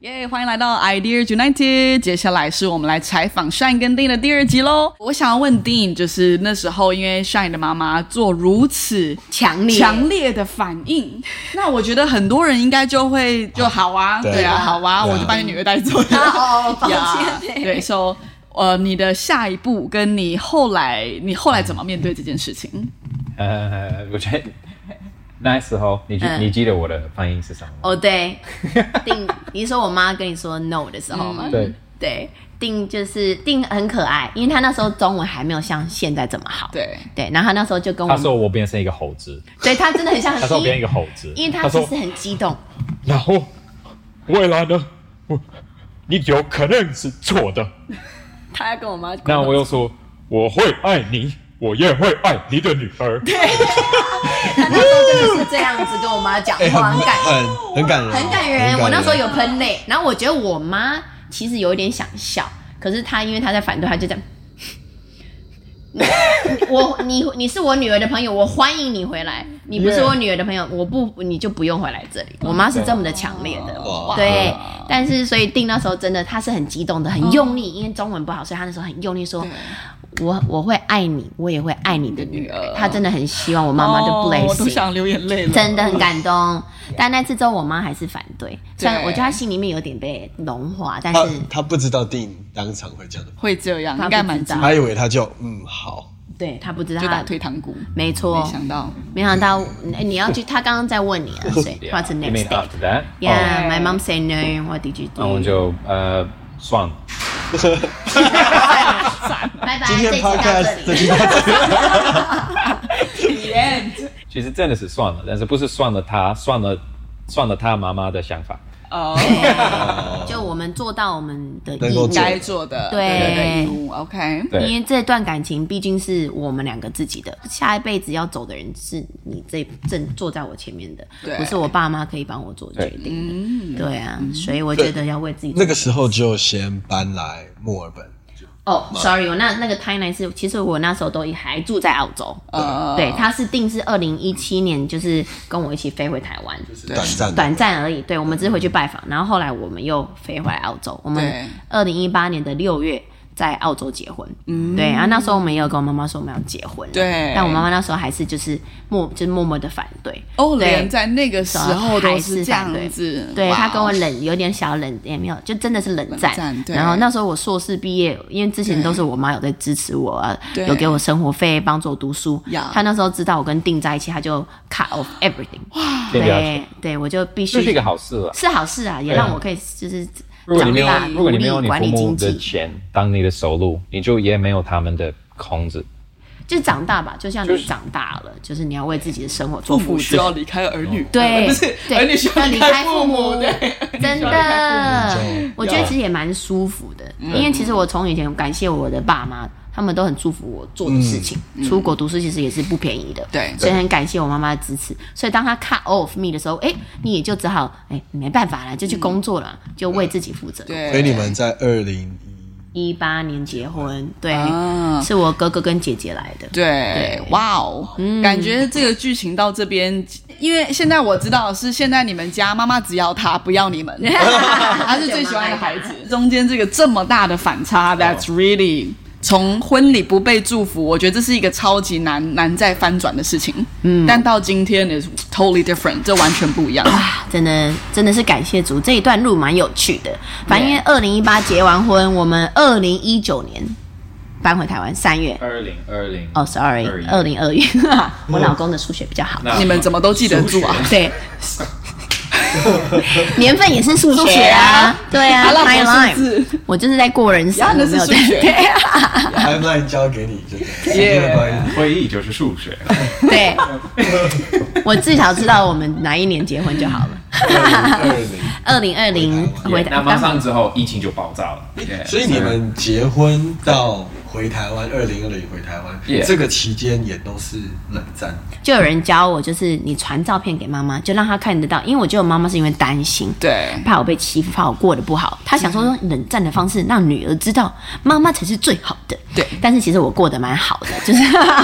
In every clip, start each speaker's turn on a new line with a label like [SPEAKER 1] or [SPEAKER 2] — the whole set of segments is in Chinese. [SPEAKER 1] 耶欢迎来到 Idea United。接下来是我们来采访 Shine 跟 Dean 的第二集喽。我想要问 Dean，就是那时候因为 Shine 的妈妈做如此
[SPEAKER 2] 强烈
[SPEAKER 1] 强烈的反应，那我觉得很多人应该就会就好啊，
[SPEAKER 3] 对
[SPEAKER 1] 对啊，好啊，
[SPEAKER 3] 对啊
[SPEAKER 1] 我就把你女儿带走了。
[SPEAKER 2] 哦，抱
[SPEAKER 1] 呀
[SPEAKER 2] 歉，
[SPEAKER 1] 对，so 呃，你的下一步跟你后来，你后来怎么面对这件事情？
[SPEAKER 3] 呃，我觉得那时候你记、
[SPEAKER 2] 嗯
[SPEAKER 3] 你记得我的反应是什么吗？
[SPEAKER 2] 哦 对，定，你说我妈跟你说 no 的时候吗？
[SPEAKER 3] 对，
[SPEAKER 2] 对，定就是定很可爱，因为他那时候中文还没有像现在这么好。
[SPEAKER 1] 对，
[SPEAKER 2] 对，然后他那时候就跟我
[SPEAKER 3] 他
[SPEAKER 2] 们，
[SPEAKER 3] 说我变成一个猴子，
[SPEAKER 2] 对他真的 很像，
[SPEAKER 3] 他说我变一个猴子，
[SPEAKER 2] 嗯因为他
[SPEAKER 3] 他
[SPEAKER 2] 其
[SPEAKER 3] 说
[SPEAKER 2] 实很激动，
[SPEAKER 3] 然后未来呢，我你有可能是错的。
[SPEAKER 2] 他要跟我妈。
[SPEAKER 3] 那我又说我会爱你，我也会爱你的女儿。
[SPEAKER 2] 他那时候真的是这样子跟我妈讲
[SPEAKER 4] 哎、
[SPEAKER 2] 话，
[SPEAKER 4] 很
[SPEAKER 2] 很感
[SPEAKER 4] 很很感人，
[SPEAKER 2] 很感人。我那时候有喷泪，然后我觉得我妈其实有一点想笑，可是她因为她在反对，她就这样。 我你你是我女儿的朋友，我欢迎你回来。你不是我女儿的朋友，我不你就不用回来这里。我妈是这么的强烈的，
[SPEAKER 4] 哇
[SPEAKER 2] 对。但是所以定那时候真的她是很激动的，很用力，因为中文不好，所以她那时候很用力说。我我会爱你，我也会爱你的女
[SPEAKER 1] 女
[SPEAKER 2] 儿
[SPEAKER 1] 儿。
[SPEAKER 2] 她真的很希望我妈妈的
[SPEAKER 1] 哦
[SPEAKER 2] blessing，、
[SPEAKER 1] 我都想流眼泪了，
[SPEAKER 2] 真的很感动。但那次之后，我妈还是反对，虽然
[SPEAKER 1] 对
[SPEAKER 2] 我觉得她心里面有点被融化，但
[SPEAKER 4] 他
[SPEAKER 2] 是
[SPEAKER 4] 他不知道电影当场会这样的，
[SPEAKER 1] 会这样，
[SPEAKER 2] 他
[SPEAKER 1] 应
[SPEAKER 2] 不
[SPEAKER 1] 该蛮
[SPEAKER 2] 知
[SPEAKER 1] 激
[SPEAKER 2] 道
[SPEAKER 1] 动
[SPEAKER 4] 他以为他就嗯好，
[SPEAKER 2] 对她不知道
[SPEAKER 1] 就打
[SPEAKER 2] 她，
[SPEAKER 1] 退堂鼓。
[SPEAKER 2] 没错
[SPEAKER 1] 没，想到，
[SPEAKER 2] 没想到哎你要去，她刚刚在问你啊，所以
[SPEAKER 3] Yeah,
[SPEAKER 2] What's the
[SPEAKER 3] you
[SPEAKER 2] next
[SPEAKER 3] mean
[SPEAKER 2] step?
[SPEAKER 3] after that？哦
[SPEAKER 2] Yeah, my mom said no. What did you
[SPEAKER 3] 那
[SPEAKER 5] Oh,
[SPEAKER 3] 我
[SPEAKER 2] do?
[SPEAKER 3] 就呃算了。
[SPEAKER 2] 拜拜，
[SPEAKER 4] 今
[SPEAKER 2] 啊这
[SPEAKER 4] 天
[SPEAKER 2] 集到这
[SPEAKER 4] podcast
[SPEAKER 2] 里
[SPEAKER 4] 这。集到这里
[SPEAKER 3] 其实真的是算了，但是不是算了他，算了算了他妈妈的想法。
[SPEAKER 1] 哦，
[SPEAKER 2] 对就我们做到我们的
[SPEAKER 4] 能
[SPEAKER 2] 义
[SPEAKER 4] 够
[SPEAKER 2] 务，
[SPEAKER 4] 做
[SPEAKER 1] 该做的，
[SPEAKER 2] 对
[SPEAKER 1] 对对，义务，OK。
[SPEAKER 2] 因
[SPEAKER 3] 对
[SPEAKER 2] 为这段感情毕竟是我们两个自己的，下一辈子要走的人是你这正坐在我前面的
[SPEAKER 1] 对，
[SPEAKER 2] 不是我爸妈可以帮我做决定的。对啊，所以我觉得要为自己
[SPEAKER 4] 那个时候就先搬来墨尔本，
[SPEAKER 2] 哦、s o r r y 我那那个 timeline 是，其实我那时候都还住在澳洲。
[SPEAKER 1] 呃，
[SPEAKER 2] 对，他是定是二零一七年，就是跟我一起飞回台湾，
[SPEAKER 4] 短暂的
[SPEAKER 2] 短暂而已。对，我们只是回去拜访，然后后来我们又飞回来澳洲。我
[SPEAKER 1] 对
[SPEAKER 2] 们二零一八年的六月在澳洲结婚。嗯，对啊，那时候我们也有跟我妈妈说我们要结婚了。
[SPEAKER 1] 对
[SPEAKER 2] 但我妈妈那时候还是就是默就是默默的反对。
[SPEAKER 1] 欧
[SPEAKER 2] 对
[SPEAKER 1] 哦连在那个时候都是这样子，
[SPEAKER 2] 对
[SPEAKER 1] 嗯哇哦
[SPEAKER 2] 他跟我冷有点小冷，也没有，就真的是冷战。
[SPEAKER 1] 冷战对
[SPEAKER 2] 然后那时候我硕士毕业，因为之前
[SPEAKER 1] 对
[SPEAKER 2] 都是我妈有在支持我，啊
[SPEAKER 1] 对
[SPEAKER 2] 有给我生活费，帮助我读书
[SPEAKER 1] 呀。
[SPEAKER 2] 她那时候知道我跟定在一起，她就 cut off everything。
[SPEAKER 3] 先了解，
[SPEAKER 2] 对，对我就必
[SPEAKER 3] 这
[SPEAKER 2] 须
[SPEAKER 3] 是一个好事了。
[SPEAKER 2] 是好事啊，也
[SPEAKER 3] 对啊
[SPEAKER 2] 让我可以就是
[SPEAKER 3] 如果你
[SPEAKER 2] 长
[SPEAKER 3] 没有
[SPEAKER 2] 大，
[SPEAKER 3] 如果你没有
[SPEAKER 2] 独立
[SPEAKER 3] 你
[SPEAKER 2] 管
[SPEAKER 3] 父
[SPEAKER 2] 理
[SPEAKER 3] 母
[SPEAKER 2] 经
[SPEAKER 3] 的
[SPEAKER 2] 济，
[SPEAKER 3] 钱当你的收入，你就也没有他们的控制。
[SPEAKER 2] 就长大吧，就像
[SPEAKER 3] 就
[SPEAKER 2] 你
[SPEAKER 3] 是
[SPEAKER 2] 长大了，就是你要为自己的生活做
[SPEAKER 1] 父
[SPEAKER 2] 负
[SPEAKER 1] 母需
[SPEAKER 2] 责。
[SPEAKER 1] 要离开儿女，
[SPEAKER 2] 对，
[SPEAKER 1] 不是
[SPEAKER 2] 对
[SPEAKER 1] 儿女需
[SPEAKER 2] 要
[SPEAKER 1] 离
[SPEAKER 2] 离
[SPEAKER 1] 开
[SPEAKER 2] 开
[SPEAKER 1] 父
[SPEAKER 2] 母，
[SPEAKER 1] 对，
[SPEAKER 2] 真的，我
[SPEAKER 1] 啊
[SPEAKER 2] 觉得其实也蛮舒服的，
[SPEAKER 1] 嗯
[SPEAKER 2] 因为其实我从以前感谢我的爸妈，他们都很祝福我做的事情，出国读书其实也是不便宜的，
[SPEAKER 1] 嗯对
[SPEAKER 2] 所以很感谢我妈妈的支持。所以当他 cut off me 的时候，哎，你也就只好哎没办法了，就去工作了，就为自己负责。
[SPEAKER 1] 嗯对，
[SPEAKER 4] 所以你们在二零
[SPEAKER 2] 一八年结婚，对，
[SPEAKER 1] 啊
[SPEAKER 2] 是我哥哥跟姐姐来的，
[SPEAKER 1] 对
[SPEAKER 2] 对，嗯
[SPEAKER 1] 哇哦，感觉这个剧情到这边，因为现在我知道是现在你们家妈妈只要他不要 你们，他是最喜欢的孩子。中间这个这么大的反
[SPEAKER 2] 哦
[SPEAKER 1] 差，That's really 从婚礼不被祝福，我觉得这是一个超级难难再翻转的事情。嗯，但到今天 is totally different，这完全不一样。
[SPEAKER 2] 真的真的是感谢主，这一段路蛮有趣的。反正因为二零一八结完婚，我们二零一九年搬回台湾，三月。
[SPEAKER 3] 二零二零
[SPEAKER 2] 哦、s o r r y 二零二一， 我老公的数学比较好。
[SPEAKER 1] 你们怎么都记得住啊？
[SPEAKER 2] 对， 年份也是数
[SPEAKER 1] 数
[SPEAKER 2] 学
[SPEAKER 1] 学啊
[SPEAKER 2] 啊，对啊
[SPEAKER 1] 他老婆
[SPEAKER 2] ，My
[SPEAKER 1] 数
[SPEAKER 2] Line，
[SPEAKER 1] 字
[SPEAKER 2] 我就是在过人生，
[SPEAKER 1] 呀那
[SPEAKER 2] 我
[SPEAKER 1] 是
[SPEAKER 2] 没有在
[SPEAKER 1] 数学
[SPEAKER 2] 对
[SPEAKER 4] timeline 交给你，真的时间的
[SPEAKER 1] Yeah
[SPEAKER 4] 关系，
[SPEAKER 5] 会议就是数学，
[SPEAKER 2] 对，我至少知道我们哪一年结婚就好了。
[SPEAKER 4] 二零，
[SPEAKER 2] 二零二零回
[SPEAKER 5] 那
[SPEAKER 2] 答
[SPEAKER 5] 马上之后疫情就爆炸了。对
[SPEAKER 4] 所以你们结婚到回台湾，二零二零回台湾
[SPEAKER 5] Yeah
[SPEAKER 4] 这个期间也都是冷战，
[SPEAKER 2] 就有人教我，就是你传照片给妈妈，就让她看得到，因为我觉得我妈妈是因为担心，
[SPEAKER 1] 对
[SPEAKER 2] 怕我被欺负，怕我过得不好，她想说用冷战的方式让女儿知道妈妈才是最好的。
[SPEAKER 1] 对
[SPEAKER 2] 但是其实我过得蛮好的， 就是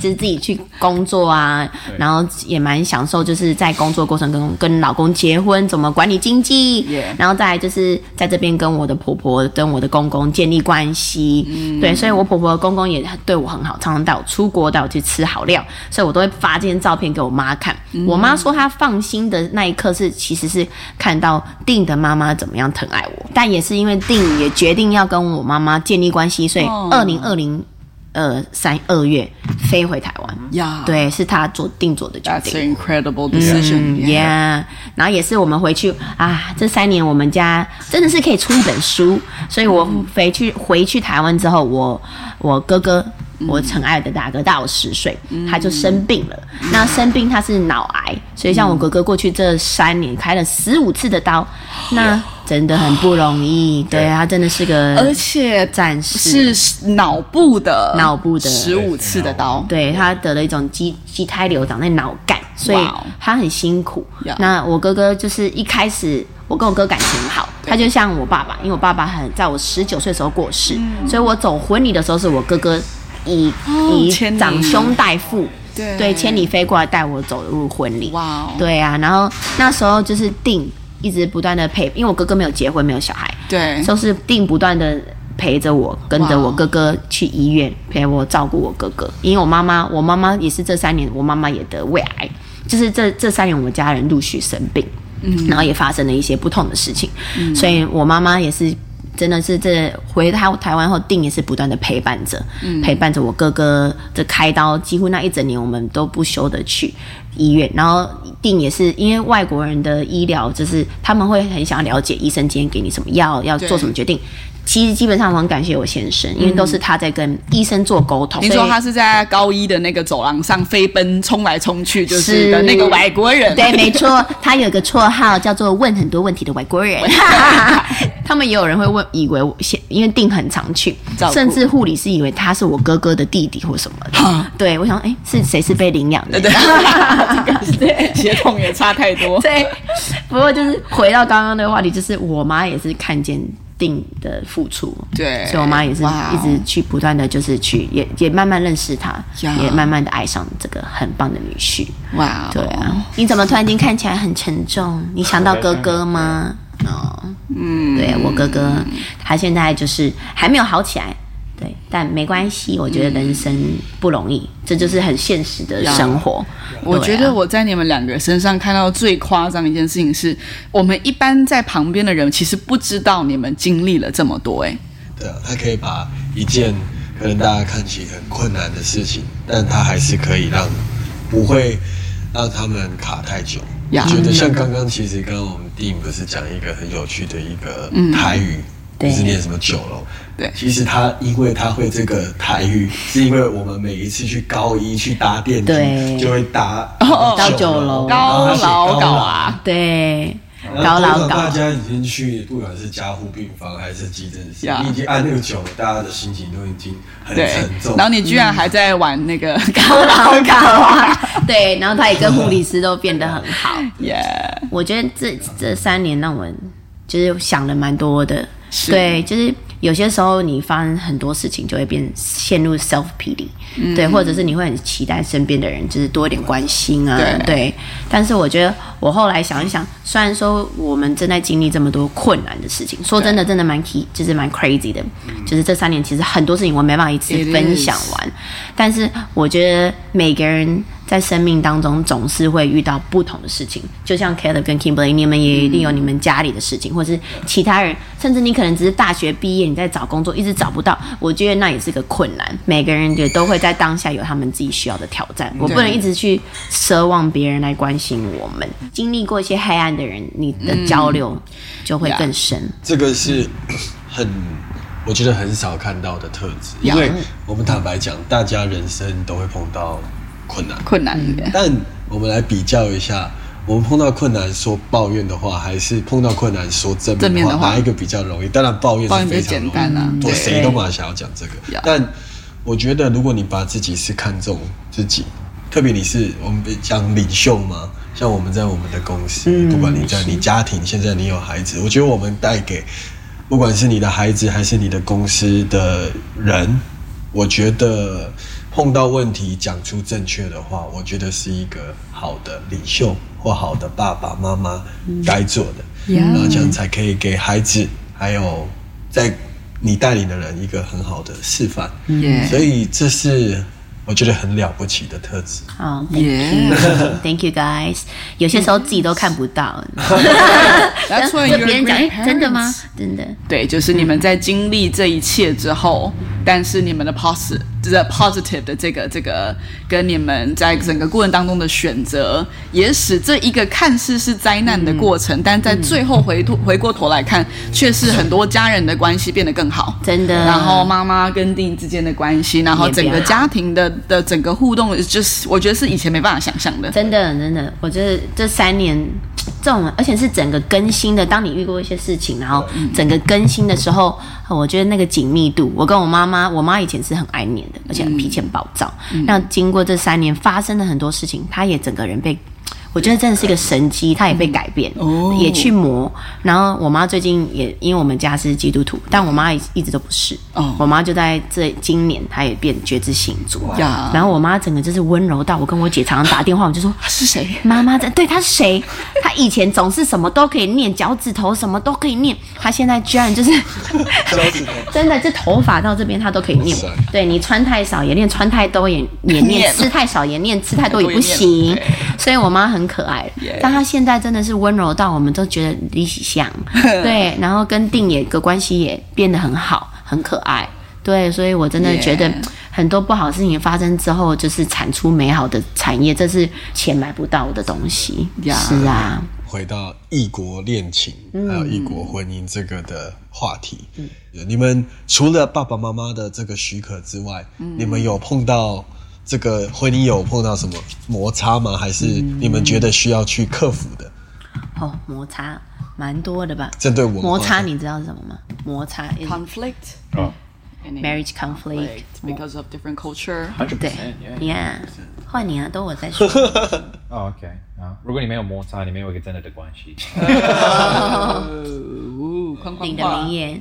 [SPEAKER 2] 就是自己去工作啊，然后也蛮享受，就是在工作过程中跟老公结婚，怎么管理经济
[SPEAKER 1] Yeah
[SPEAKER 2] 然后再来就是在这边跟我的婆婆跟我的公公建立关系，
[SPEAKER 1] 嗯
[SPEAKER 2] 对，所以我婆婆公公也对我很好，常常带我出国，带我去吃好料，所以我都会发这些照片给我妈看。
[SPEAKER 1] 嗯
[SPEAKER 2] 我妈说她放心的那一刻是其实是看到定的妈妈怎么样疼爱我，但也是因为定也决定要跟我妈妈建立关系，所以
[SPEAKER 1] 哦
[SPEAKER 2] 二零二零呃三二月飞回台湾。
[SPEAKER 1] 呀
[SPEAKER 2] 对，是她做定做的决
[SPEAKER 1] ，That's
[SPEAKER 2] 定。
[SPEAKER 1] an incredible decision，
[SPEAKER 2] 嗯 yeah，然后也是我们回去啊，这三年我们家真的是可以出一本书，所以我回去回去台湾之后，我我哥哥。我很爱的大哥大我十岁，他就生病了。那生病他是脑癌，所以像我哥哥过去这三年开了十五次的刀，那真的很不容易。对他真的是个，
[SPEAKER 1] 而且
[SPEAKER 2] 战士
[SPEAKER 1] 是脑部的
[SPEAKER 2] 脑部的
[SPEAKER 1] 十五次的刀，
[SPEAKER 2] 对他得了一种畸畸胎瘤，长在脑干，所以
[SPEAKER 1] 哇哦
[SPEAKER 2] 他很辛苦
[SPEAKER 1] Yeah。
[SPEAKER 2] 那我哥哥就是一开始，我跟我哥感情好，他就像我爸爸，因为我爸爸很在我十九岁的时候过世，所以我走婚礼的时候是我哥哥以、
[SPEAKER 1] 嗯哦
[SPEAKER 2] 以
[SPEAKER 1] 牵你
[SPEAKER 2] 长兄带父，
[SPEAKER 1] 对
[SPEAKER 2] 对，千里飞过来带我走入婚礼。
[SPEAKER 1] 哇哦
[SPEAKER 2] 对啊，然后那时候就是定一直不断的陪，因为我哥哥没有结婚，没有小孩，
[SPEAKER 1] 对
[SPEAKER 2] 就是定不断的陪着我，跟着
[SPEAKER 1] 嗯
[SPEAKER 2] 我
[SPEAKER 1] 哇哦
[SPEAKER 2] 哥哥去医院陪我照顾我哥哥，因为我妈妈，我妈妈也是这三年，我妈妈也得胃癌，就是这这三年我们家人陆续生病，嗯，然后也发生了一些不同的事情，所以我妈妈也是。真的是这回台台湾后，定也是不断的陪伴着，陪伴着我哥哥这开刀，几乎那一整年我们都不休的去医院。然后定也是因为外国人的医疗，就是他们会很想要了解医生今天给你什么药，要
[SPEAKER 1] 对
[SPEAKER 2] 做什么决定。其实基本上我很感谢我先生，因为都是他在跟医生做沟通。
[SPEAKER 1] 听嗯
[SPEAKER 2] 所
[SPEAKER 1] 说
[SPEAKER 2] 以
[SPEAKER 1] 他是在高一的那个走廊上飞奔冲来冲去，就是
[SPEAKER 2] 是
[SPEAKER 1] 的那个外国人，
[SPEAKER 2] 对，没错，他有个绰号叫做“问很多问题的外 国人”，他们也有人会问，以为我先因为定很常去
[SPEAKER 1] 照，顾
[SPEAKER 2] 甚至护理师以为他是我哥哥的弟弟或什么的。对，我想，哎，是谁是被领养的？
[SPEAKER 1] 对对，血统也差太多，
[SPEAKER 2] 对，不过就是回到刚刚的话题，就是我妈也是看见定的付出，
[SPEAKER 1] 对
[SPEAKER 2] 所以我妈也是
[SPEAKER 1] 哇哦
[SPEAKER 2] 一直去不断的就是去也也慢慢认识他
[SPEAKER 1] 呀
[SPEAKER 2] 也慢慢的爱上这个很棒的女婿。
[SPEAKER 1] 哇，哦
[SPEAKER 2] 对啊，你怎么突然间看起来很沉重？你想到哥哥吗？哦，嗯，对我哥哥，他现在就是还没有好起来。对，但没关系，我觉得人生不容易，这就是很现实的
[SPEAKER 1] 呀
[SPEAKER 2] 生活。
[SPEAKER 1] 我
[SPEAKER 2] 对
[SPEAKER 1] 觉
[SPEAKER 2] 啊
[SPEAKER 1] 得我在你们两个身上看到最夸张的一件事情是，我们一般在旁边的人其实不知道你们经历了这么多、哎，
[SPEAKER 4] 对啊，他可以把一件可能大家看起很困难的事情，但他还是可以让不会让他们卡太久。
[SPEAKER 1] 呀
[SPEAKER 4] 我觉得像刚刚其实刚刚我们 Dean 不是讲一个很有趣的一个台语，
[SPEAKER 2] 对
[SPEAKER 4] 就是念什么九楼。
[SPEAKER 1] 对
[SPEAKER 4] 其实他因为他会这个台语，是因为我们每一次去高一去搭电
[SPEAKER 2] 对
[SPEAKER 4] 梯，就会搭
[SPEAKER 1] 哦
[SPEAKER 2] 到九楼
[SPEAKER 4] 然后
[SPEAKER 1] 高
[SPEAKER 4] 他写
[SPEAKER 1] 老
[SPEAKER 4] 高
[SPEAKER 1] 搞啊，
[SPEAKER 2] 对，
[SPEAKER 4] 然
[SPEAKER 2] 高
[SPEAKER 4] 后
[SPEAKER 2] 老
[SPEAKER 4] 通常大
[SPEAKER 2] 高，
[SPEAKER 4] 家已经去，不管是加护病房还是急诊室
[SPEAKER 1] Yeah
[SPEAKER 4] 你已经按那个久了，大家的心情都已经很
[SPEAKER 1] 对
[SPEAKER 4] 沉，重。
[SPEAKER 1] 然后你居然还在玩那个
[SPEAKER 2] 高老高 啊，对，然后他也跟护理师都变得很好。
[SPEAKER 1] 耶，
[SPEAKER 2] 我觉得这这三年让我就是想了蛮多的，
[SPEAKER 1] 是
[SPEAKER 2] 对，就是有些时候你发生很多事情就会变陷入 self pity，、对，
[SPEAKER 1] 嗯
[SPEAKER 2] 或者是你会很期待身边的人就是多一点关心啊，
[SPEAKER 1] 对
[SPEAKER 2] 但是我觉得我后来想一想，虽然说我们正在经历这么多困难的事情，说真的，真的蛮 key，就是蛮 crazy 的，就是这三年其实很多事情我没办法一次
[SPEAKER 1] It
[SPEAKER 2] 分享
[SPEAKER 1] is
[SPEAKER 2] 完，但是我觉得每个人在生命当中总是会遇到不同的事情，就像 Caleb 跟 Kimberly，你们也一定有你们家里的事情，或是其他人，甚至你可能只是大学毕业，你在找工作一直找不到，我觉得那也是个困难。每个人也都会在当下有他们自己需要的挑战，我不能一直去奢望别人来关心我们。经历过一些黑暗的人，你的交流就会更深。
[SPEAKER 4] 这个是很，我觉得很少看到的特质，因
[SPEAKER 1] Yeah
[SPEAKER 4] 为我们坦白讲，大家人生都会碰到困难，
[SPEAKER 1] 困难一点，
[SPEAKER 4] 但我们来比较一下，我们碰到困难说抱怨的话，还是碰到困难说正
[SPEAKER 1] 正
[SPEAKER 4] 面
[SPEAKER 1] 面
[SPEAKER 4] 的
[SPEAKER 1] 的话
[SPEAKER 4] 哪一个比较容易？当然抱怨
[SPEAKER 1] 抱怨
[SPEAKER 4] 是
[SPEAKER 1] 比较
[SPEAKER 4] 非常
[SPEAKER 1] 简单啊
[SPEAKER 4] 容易
[SPEAKER 1] 对
[SPEAKER 4] 我谁都嘛想要讲这个
[SPEAKER 1] Yeah，
[SPEAKER 4] 但我觉得如果你把自己是看重自己，特别你是我们讲领袖嘛，像我们在我们的公司，
[SPEAKER 1] 嗯
[SPEAKER 4] 不管你在你家庭，现在你有孩子，我觉得我们带给不管是你的孩子还是你的公司的人，我觉得碰到问题讲出正确的话，我觉得是一个好的领袖或好的爸爸妈妈该做的，然后这样才可以给孩子还有在你带领的人一个很好的示范。
[SPEAKER 2] 嗯
[SPEAKER 1] 耶
[SPEAKER 4] 所以这是我觉得很了不起的特质。
[SPEAKER 2] 好，Thank 嗯 you，Thank you guys。有些时候自己都看不到， 嗯
[SPEAKER 1] That's when
[SPEAKER 2] 就
[SPEAKER 1] you're
[SPEAKER 2] 别人讲，
[SPEAKER 1] great
[SPEAKER 2] 哎，真的吗
[SPEAKER 1] parents？
[SPEAKER 2] 真的。
[SPEAKER 1] 对，就是你们在经历这一切之后，但是你们的 positive 这 positive 的这个这个，跟你们在整个过程当中的选择，也使这一个看似是灾难的过
[SPEAKER 2] 嗯
[SPEAKER 1] 程，但在最后回头回过头来看，却是很多家人的关系变得更好，
[SPEAKER 2] 真的
[SPEAKER 1] 然后妈妈跟弟之间的关系，然后整
[SPEAKER 2] 也
[SPEAKER 1] 个
[SPEAKER 2] 变好
[SPEAKER 1] 家庭的的整个互动，就是我觉得是以前没办法想象的。
[SPEAKER 2] 真的，真的，我觉得这三年这种，而且是整个更新的。当你遇过一些事情，然后
[SPEAKER 1] 嗯
[SPEAKER 2] 整个更新的时候，呃我觉得那个紧密度，我跟我妈妈，我妈以前是很爱念的，而且很脾气很暴躁。
[SPEAKER 1] 嗯
[SPEAKER 2] 那经过这三年发生了很多事情，她也整个人被。我觉得真的是一个神机，她也被改变，
[SPEAKER 1] 哦
[SPEAKER 2] 也去磨。然后我妈最近也，因为我们家是基督徒，但我妈一一直都不是。
[SPEAKER 1] 哦
[SPEAKER 2] 我妈就在这今年，她也变觉知星座。
[SPEAKER 1] 呀
[SPEAKER 2] 然后我妈整个就是温柔到我跟我姐常常打电话，我就说
[SPEAKER 1] 是谁？
[SPEAKER 2] 妈妈在对她是谁？她以前总是什么都可以念，脚趾头什么都可以念，她现在居然就是 真的，这头发到这边她都可以念
[SPEAKER 4] 哇塞。
[SPEAKER 2] 对你穿太少也念，穿太多也也 念，
[SPEAKER 1] 念
[SPEAKER 2] 吃太少也念，吃太多也不
[SPEAKER 1] 太多也
[SPEAKER 2] 行
[SPEAKER 1] 念。
[SPEAKER 2] 所以我妈很可爱
[SPEAKER 1] Yeah
[SPEAKER 2] 但她现在真的是温柔到我们都觉得理 想。对，然后跟定也个关系也变得很好，很可爱。对，所以我真的觉得
[SPEAKER 1] Yeah
[SPEAKER 2] 很多不好事情发生之后，就是产出美好的产业，这是钱买不到的东西。
[SPEAKER 1] Yeah
[SPEAKER 2] 是啊，
[SPEAKER 4] 回到异国恋情，还有异国婚姻这个的话题，呃你们除了爸爸妈妈的这个许可之外，你们有碰到这个婚姻有碰到什么摩擦吗？还是你们觉得需要去克服的？
[SPEAKER 2] 哦，摩擦蛮多的吧？
[SPEAKER 4] 针对文化
[SPEAKER 2] 摩擦，你知道是什么吗？摩擦 is
[SPEAKER 1] Conflict
[SPEAKER 3] 啊，
[SPEAKER 2] marriage conflict。
[SPEAKER 1] because of different culture.
[SPEAKER 2] 对
[SPEAKER 3] 100%，
[SPEAKER 2] 你看，换你啊，都我在说。
[SPEAKER 5] 哦，OK 啊，如果你没有摩擦，你没有一个真的的关 系，
[SPEAKER 1] 哦，框框
[SPEAKER 2] 你的
[SPEAKER 1] 化
[SPEAKER 2] 名言，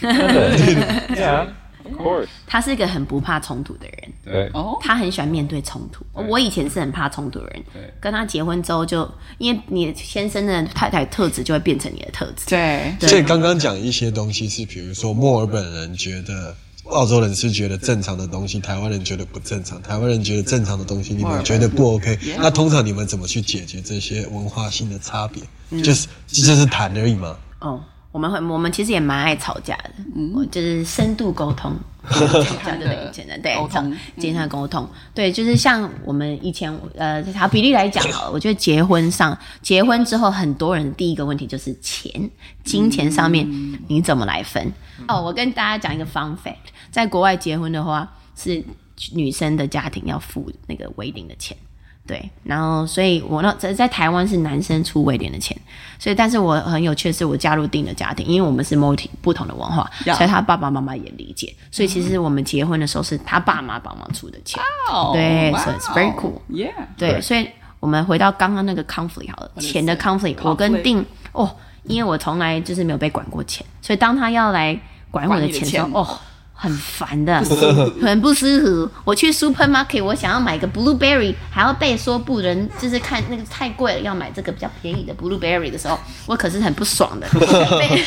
[SPEAKER 5] 真的，Yeah，of course，
[SPEAKER 2] 他是一个很不怕冲突的人。
[SPEAKER 5] 对，
[SPEAKER 1] 哦，
[SPEAKER 2] 他很喜欢面对冲突。我以前是很怕冲突的人
[SPEAKER 5] 对，
[SPEAKER 2] 跟他结婚之后就，因为你先生的太太特质就会变成你的特质。
[SPEAKER 1] 对，
[SPEAKER 2] 对
[SPEAKER 4] 所以刚刚讲一些东西是，比如说墨尔本人觉得。澳洲人是觉得正常的东西，台湾人觉得不正常，台湾人觉得正常的东西，你们觉得不 OK？那通常你们怎么去解决这些文化性的差别？就是就是谈而已嘛。
[SPEAKER 2] 哦，我们会，我们其实也蛮爱吵架的，
[SPEAKER 1] 嗯
[SPEAKER 2] 我就是深度 沟通，吵架就很简单，对，
[SPEAKER 1] 沟通嗯
[SPEAKER 2] 吵简单沟通，对，就是像我们以前，呃，好比例来讲好了，我觉得结婚上，结婚之后，很多人第一个问题就是钱，金钱上面
[SPEAKER 1] 嗯
[SPEAKER 2] 你怎么来分？哦，我跟大家讲一个 fun fact，在国外结婚的话，是女生的家庭要付那个 wedding 的钱。对，然后所以我那在在台湾是男生出威廉的钱，所以但是我很有趣的是，我加入定的家庭，因为我们是 multi 不同的文化
[SPEAKER 1] Yeah
[SPEAKER 2] 所以他爸爸妈妈也理解，所以其实我们结婚的时候是他爸妈帮忙出的钱
[SPEAKER 1] 哦
[SPEAKER 2] 对，so it's very cool
[SPEAKER 1] Yeah，
[SPEAKER 2] 对，所以我们回到刚刚那个 conflict 好了，
[SPEAKER 1] 是
[SPEAKER 2] 钱的 conflict，我跟
[SPEAKER 1] conflict
[SPEAKER 2] 定哦，因为我从来就是没有被管过钱，所以当他要来管我的钱的时候，
[SPEAKER 1] 管你的钱
[SPEAKER 2] 哦。很烦的， 很不舒服。我去 supermarket，我想要买个 blueberry，还要被说不能，就是看那个太贵了，要买这个比较便宜的 blueberry 的时候，我可是很不爽 的。 被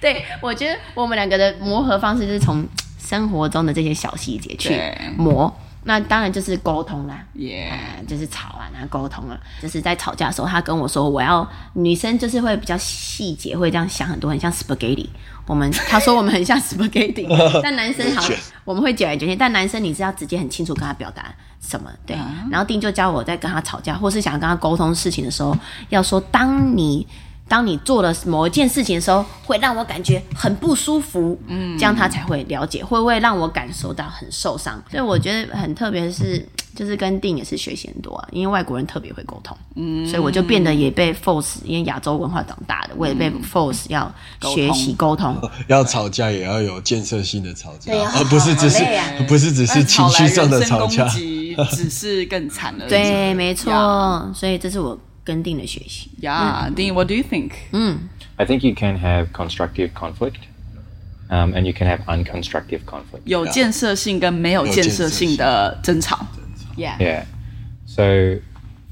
[SPEAKER 2] 对，我觉得我们两个的磨合方式就是从生活中的这些小细节去
[SPEAKER 1] 对
[SPEAKER 2] 磨。那当然就是沟通啦，
[SPEAKER 1] Yeah
[SPEAKER 2] 呃就是吵啊，然后沟通啊，就是在吵架的时候，他跟我说我要女生就是会比较细节，会这样想很多，很像 spaghetti。我们他说我们很像 spaghetti，但男生好，我们会卷来卷去，但男生你是要直接很清楚跟他表达什么，对。然后丁就教我在跟他吵架，或是想跟他沟通事情的时候，要说当你当你做了某一件事情的时候，会让我感觉很不舒服，嗯，这样他才会了解，会不会让我感受到很受伤？所以我觉得很特别的是，就是跟定也是学习很多啊，因为外国人特别会沟通，嗯，所以我就变得也被 force，因为亚洲文化长大的，我也被 force 要学习沟通，
[SPEAKER 4] 要吵架也要有建设性的吵架
[SPEAKER 2] 对啊，
[SPEAKER 4] 而不是只是
[SPEAKER 2] 好累啊
[SPEAKER 4] 不是只是情绪上的吵架
[SPEAKER 1] 但。是来人身攻击只是更惨了。
[SPEAKER 2] 对，没错
[SPEAKER 1] Yeah
[SPEAKER 2] 所以这是我跟定的学习，
[SPEAKER 1] 呀，丁，What do you think？
[SPEAKER 2] 嗯，
[SPEAKER 5] I think you can have constructive conflict, um, and you can have unconstructive conflict.
[SPEAKER 1] 有建设性跟没有建设性的争吵。Yeah，
[SPEAKER 5] Yeah. So,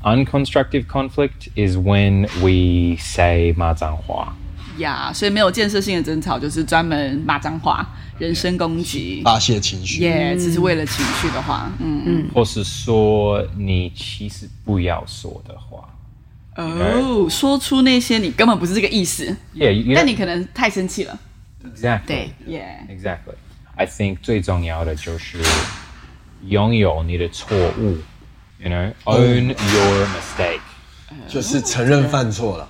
[SPEAKER 5] unconstructive conflict is when we say 骂脏话
[SPEAKER 1] 呀，所以没有建设性的争吵就是专门骂脏话、人身攻击。
[SPEAKER 2] 啊
[SPEAKER 4] 发泄情绪。
[SPEAKER 2] 嗯
[SPEAKER 1] 耶，只是为了情绪的话，嗯
[SPEAKER 5] 或是说你其实不要说的话。
[SPEAKER 2] 嗯
[SPEAKER 1] 哦，说出那些你根本不是这个意思，
[SPEAKER 5] Yeah, you, you
[SPEAKER 1] 但
[SPEAKER 5] know,
[SPEAKER 1] 你可能太生气了。
[SPEAKER 5] exactly.
[SPEAKER 2] 对，
[SPEAKER 1] 耶，
[SPEAKER 5] Exactly. I think 最重要的就是拥有你的错误，you know, own your mistake.
[SPEAKER 4] 就是承认犯错了。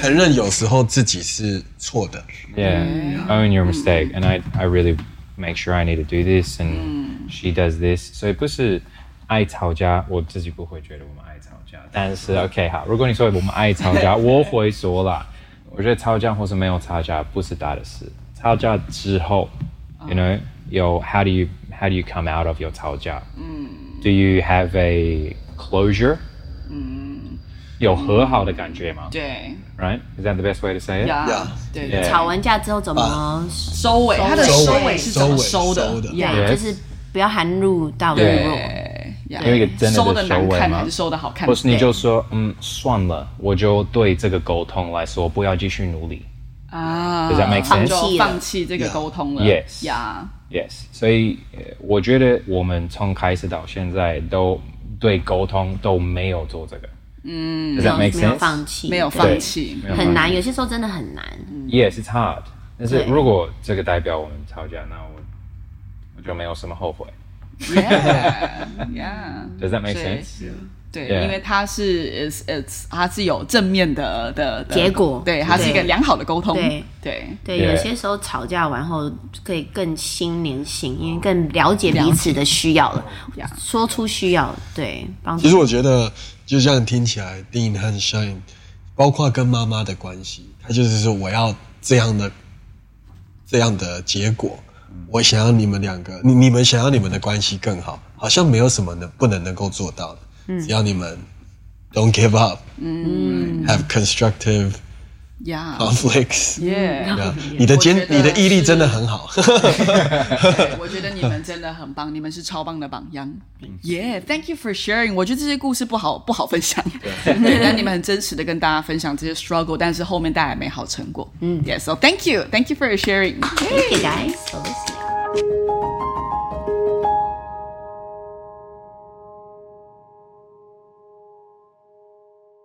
[SPEAKER 4] 承认有时候自己是错的，
[SPEAKER 5] Yeah, own your mistake. And I, I really make sure I need to do this, and she does this. 所以不是爱吵架，我自己不会觉得我们爱吵架。但是 OK 好，uh, 如果你说我们爱吵架，我会说啦。我觉得吵架或是没有吵架不是大的事，吵架之后，you know，有 how do you how do you come out of your 吵架？嗯，Do you have a closure？嗯，有和好的感觉吗
[SPEAKER 1] 对，
[SPEAKER 5] ？Right? Is that the best way to say it?
[SPEAKER 1] 呀
[SPEAKER 4] Yeah，
[SPEAKER 1] 对，
[SPEAKER 5] Yeah
[SPEAKER 2] 吵完架之后怎么
[SPEAKER 5] 哎
[SPEAKER 1] 收尾，它的
[SPEAKER 4] 收尾
[SPEAKER 1] 尾是怎么收
[SPEAKER 4] 收尾收
[SPEAKER 1] 的
[SPEAKER 4] 的
[SPEAKER 1] 呀。
[SPEAKER 5] Yes
[SPEAKER 2] 就是不要含入到微弱。
[SPEAKER 1] 对，
[SPEAKER 5] 因为一个真的
[SPEAKER 1] 收的
[SPEAKER 5] 的收
[SPEAKER 1] 难
[SPEAKER 5] 尾
[SPEAKER 1] 看
[SPEAKER 5] 嘛
[SPEAKER 1] 还是收的好看？
[SPEAKER 5] 或是你就说，嗯，算了，我就对这个沟通来说，不要继续努力。
[SPEAKER 1] 啊
[SPEAKER 5] Does that make sense？
[SPEAKER 1] 就
[SPEAKER 2] 放弃了
[SPEAKER 1] 放弃这个沟通了。
[SPEAKER 5] Yes
[SPEAKER 1] 呀
[SPEAKER 5] Yes，所以呃我觉得我们从开始到现在都对沟通都没有做这个。嗯，Does that make
[SPEAKER 2] 没有
[SPEAKER 5] sense？
[SPEAKER 2] 放弃，
[SPEAKER 1] 没有
[SPEAKER 2] 对
[SPEAKER 1] 放弃。
[SPEAKER 5] 没有
[SPEAKER 2] 很
[SPEAKER 5] 放
[SPEAKER 2] 难，
[SPEAKER 5] 弃。
[SPEAKER 2] 有些时候真的很难。
[SPEAKER 5] Yes, it's hard。但是
[SPEAKER 2] 对
[SPEAKER 5] 如果这个代表我们吵架，那我我就没有什么后悔。
[SPEAKER 1] Yeah，yeah
[SPEAKER 5] Does that make
[SPEAKER 1] 所以
[SPEAKER 5] sense？
[SPEAKER 1] 对
[SPEAKER 5] Yeah
[SPEAKER 1] 因为它是 is it's 它是有正面的的的
[SPEAKER 2] 结果
[SPEAKER 1] 对，它是一个
[SPEAKER 2] 对
[SPEAKER 1] 良好的沟通。
[SPEAKER 2] 对
[SPEAKER 1] 对
[SPEAKER 2] 对
[SPEAKER 5] Yeah
[SPEAKER 2] 有些时候吵架完后可以更心连心，因为更了解彼此的需要了，
[SPEAKER 1] Yeah
[SPEAKER 2] 说出需要，对，帮
[SPEAKER 4] 其
[SPEAKER 2] 助
[SPEAKER 4] 实我觉得就这样听起来，丁和 Shine，包括跟妈妈的关系，他就是说我要这样的这样的结果，
[SPEAKER 1] 嗯
[SPEAKER 4] 我想要你们两个，你你们想要你们的关系更好，好像没有什么能不能能够做到的，
[SPEAKER 1] 嗯
[SPEAKER 4] 只要你们 don't give up，嗯，have constructive
[SPEAKER 1] ，Yeah，
[SPEAKER 4] conflicts，
[SPEAKER 1] yeah。
[SPEAKER 4] 对啊你的坚
[SPEAKER 1] 我觉得
[SPEAKER 4] 你的毅力
[SPEAKER 1] 是
[SPEAKER 4] 真的很好。
[SPEAKER 1] 对 我觉得你们真的很棒，你们是超棒的榜样。Yeah，thank you for sharing。我觉得这些故事不好不好分享， 对，但你们很真实的跟大家分享这些 struggle，但是后面带来美好成果。嗯，Yeah，so thank you，thank you for sharing。
[SPEAKER 2] Thank you guys for listening.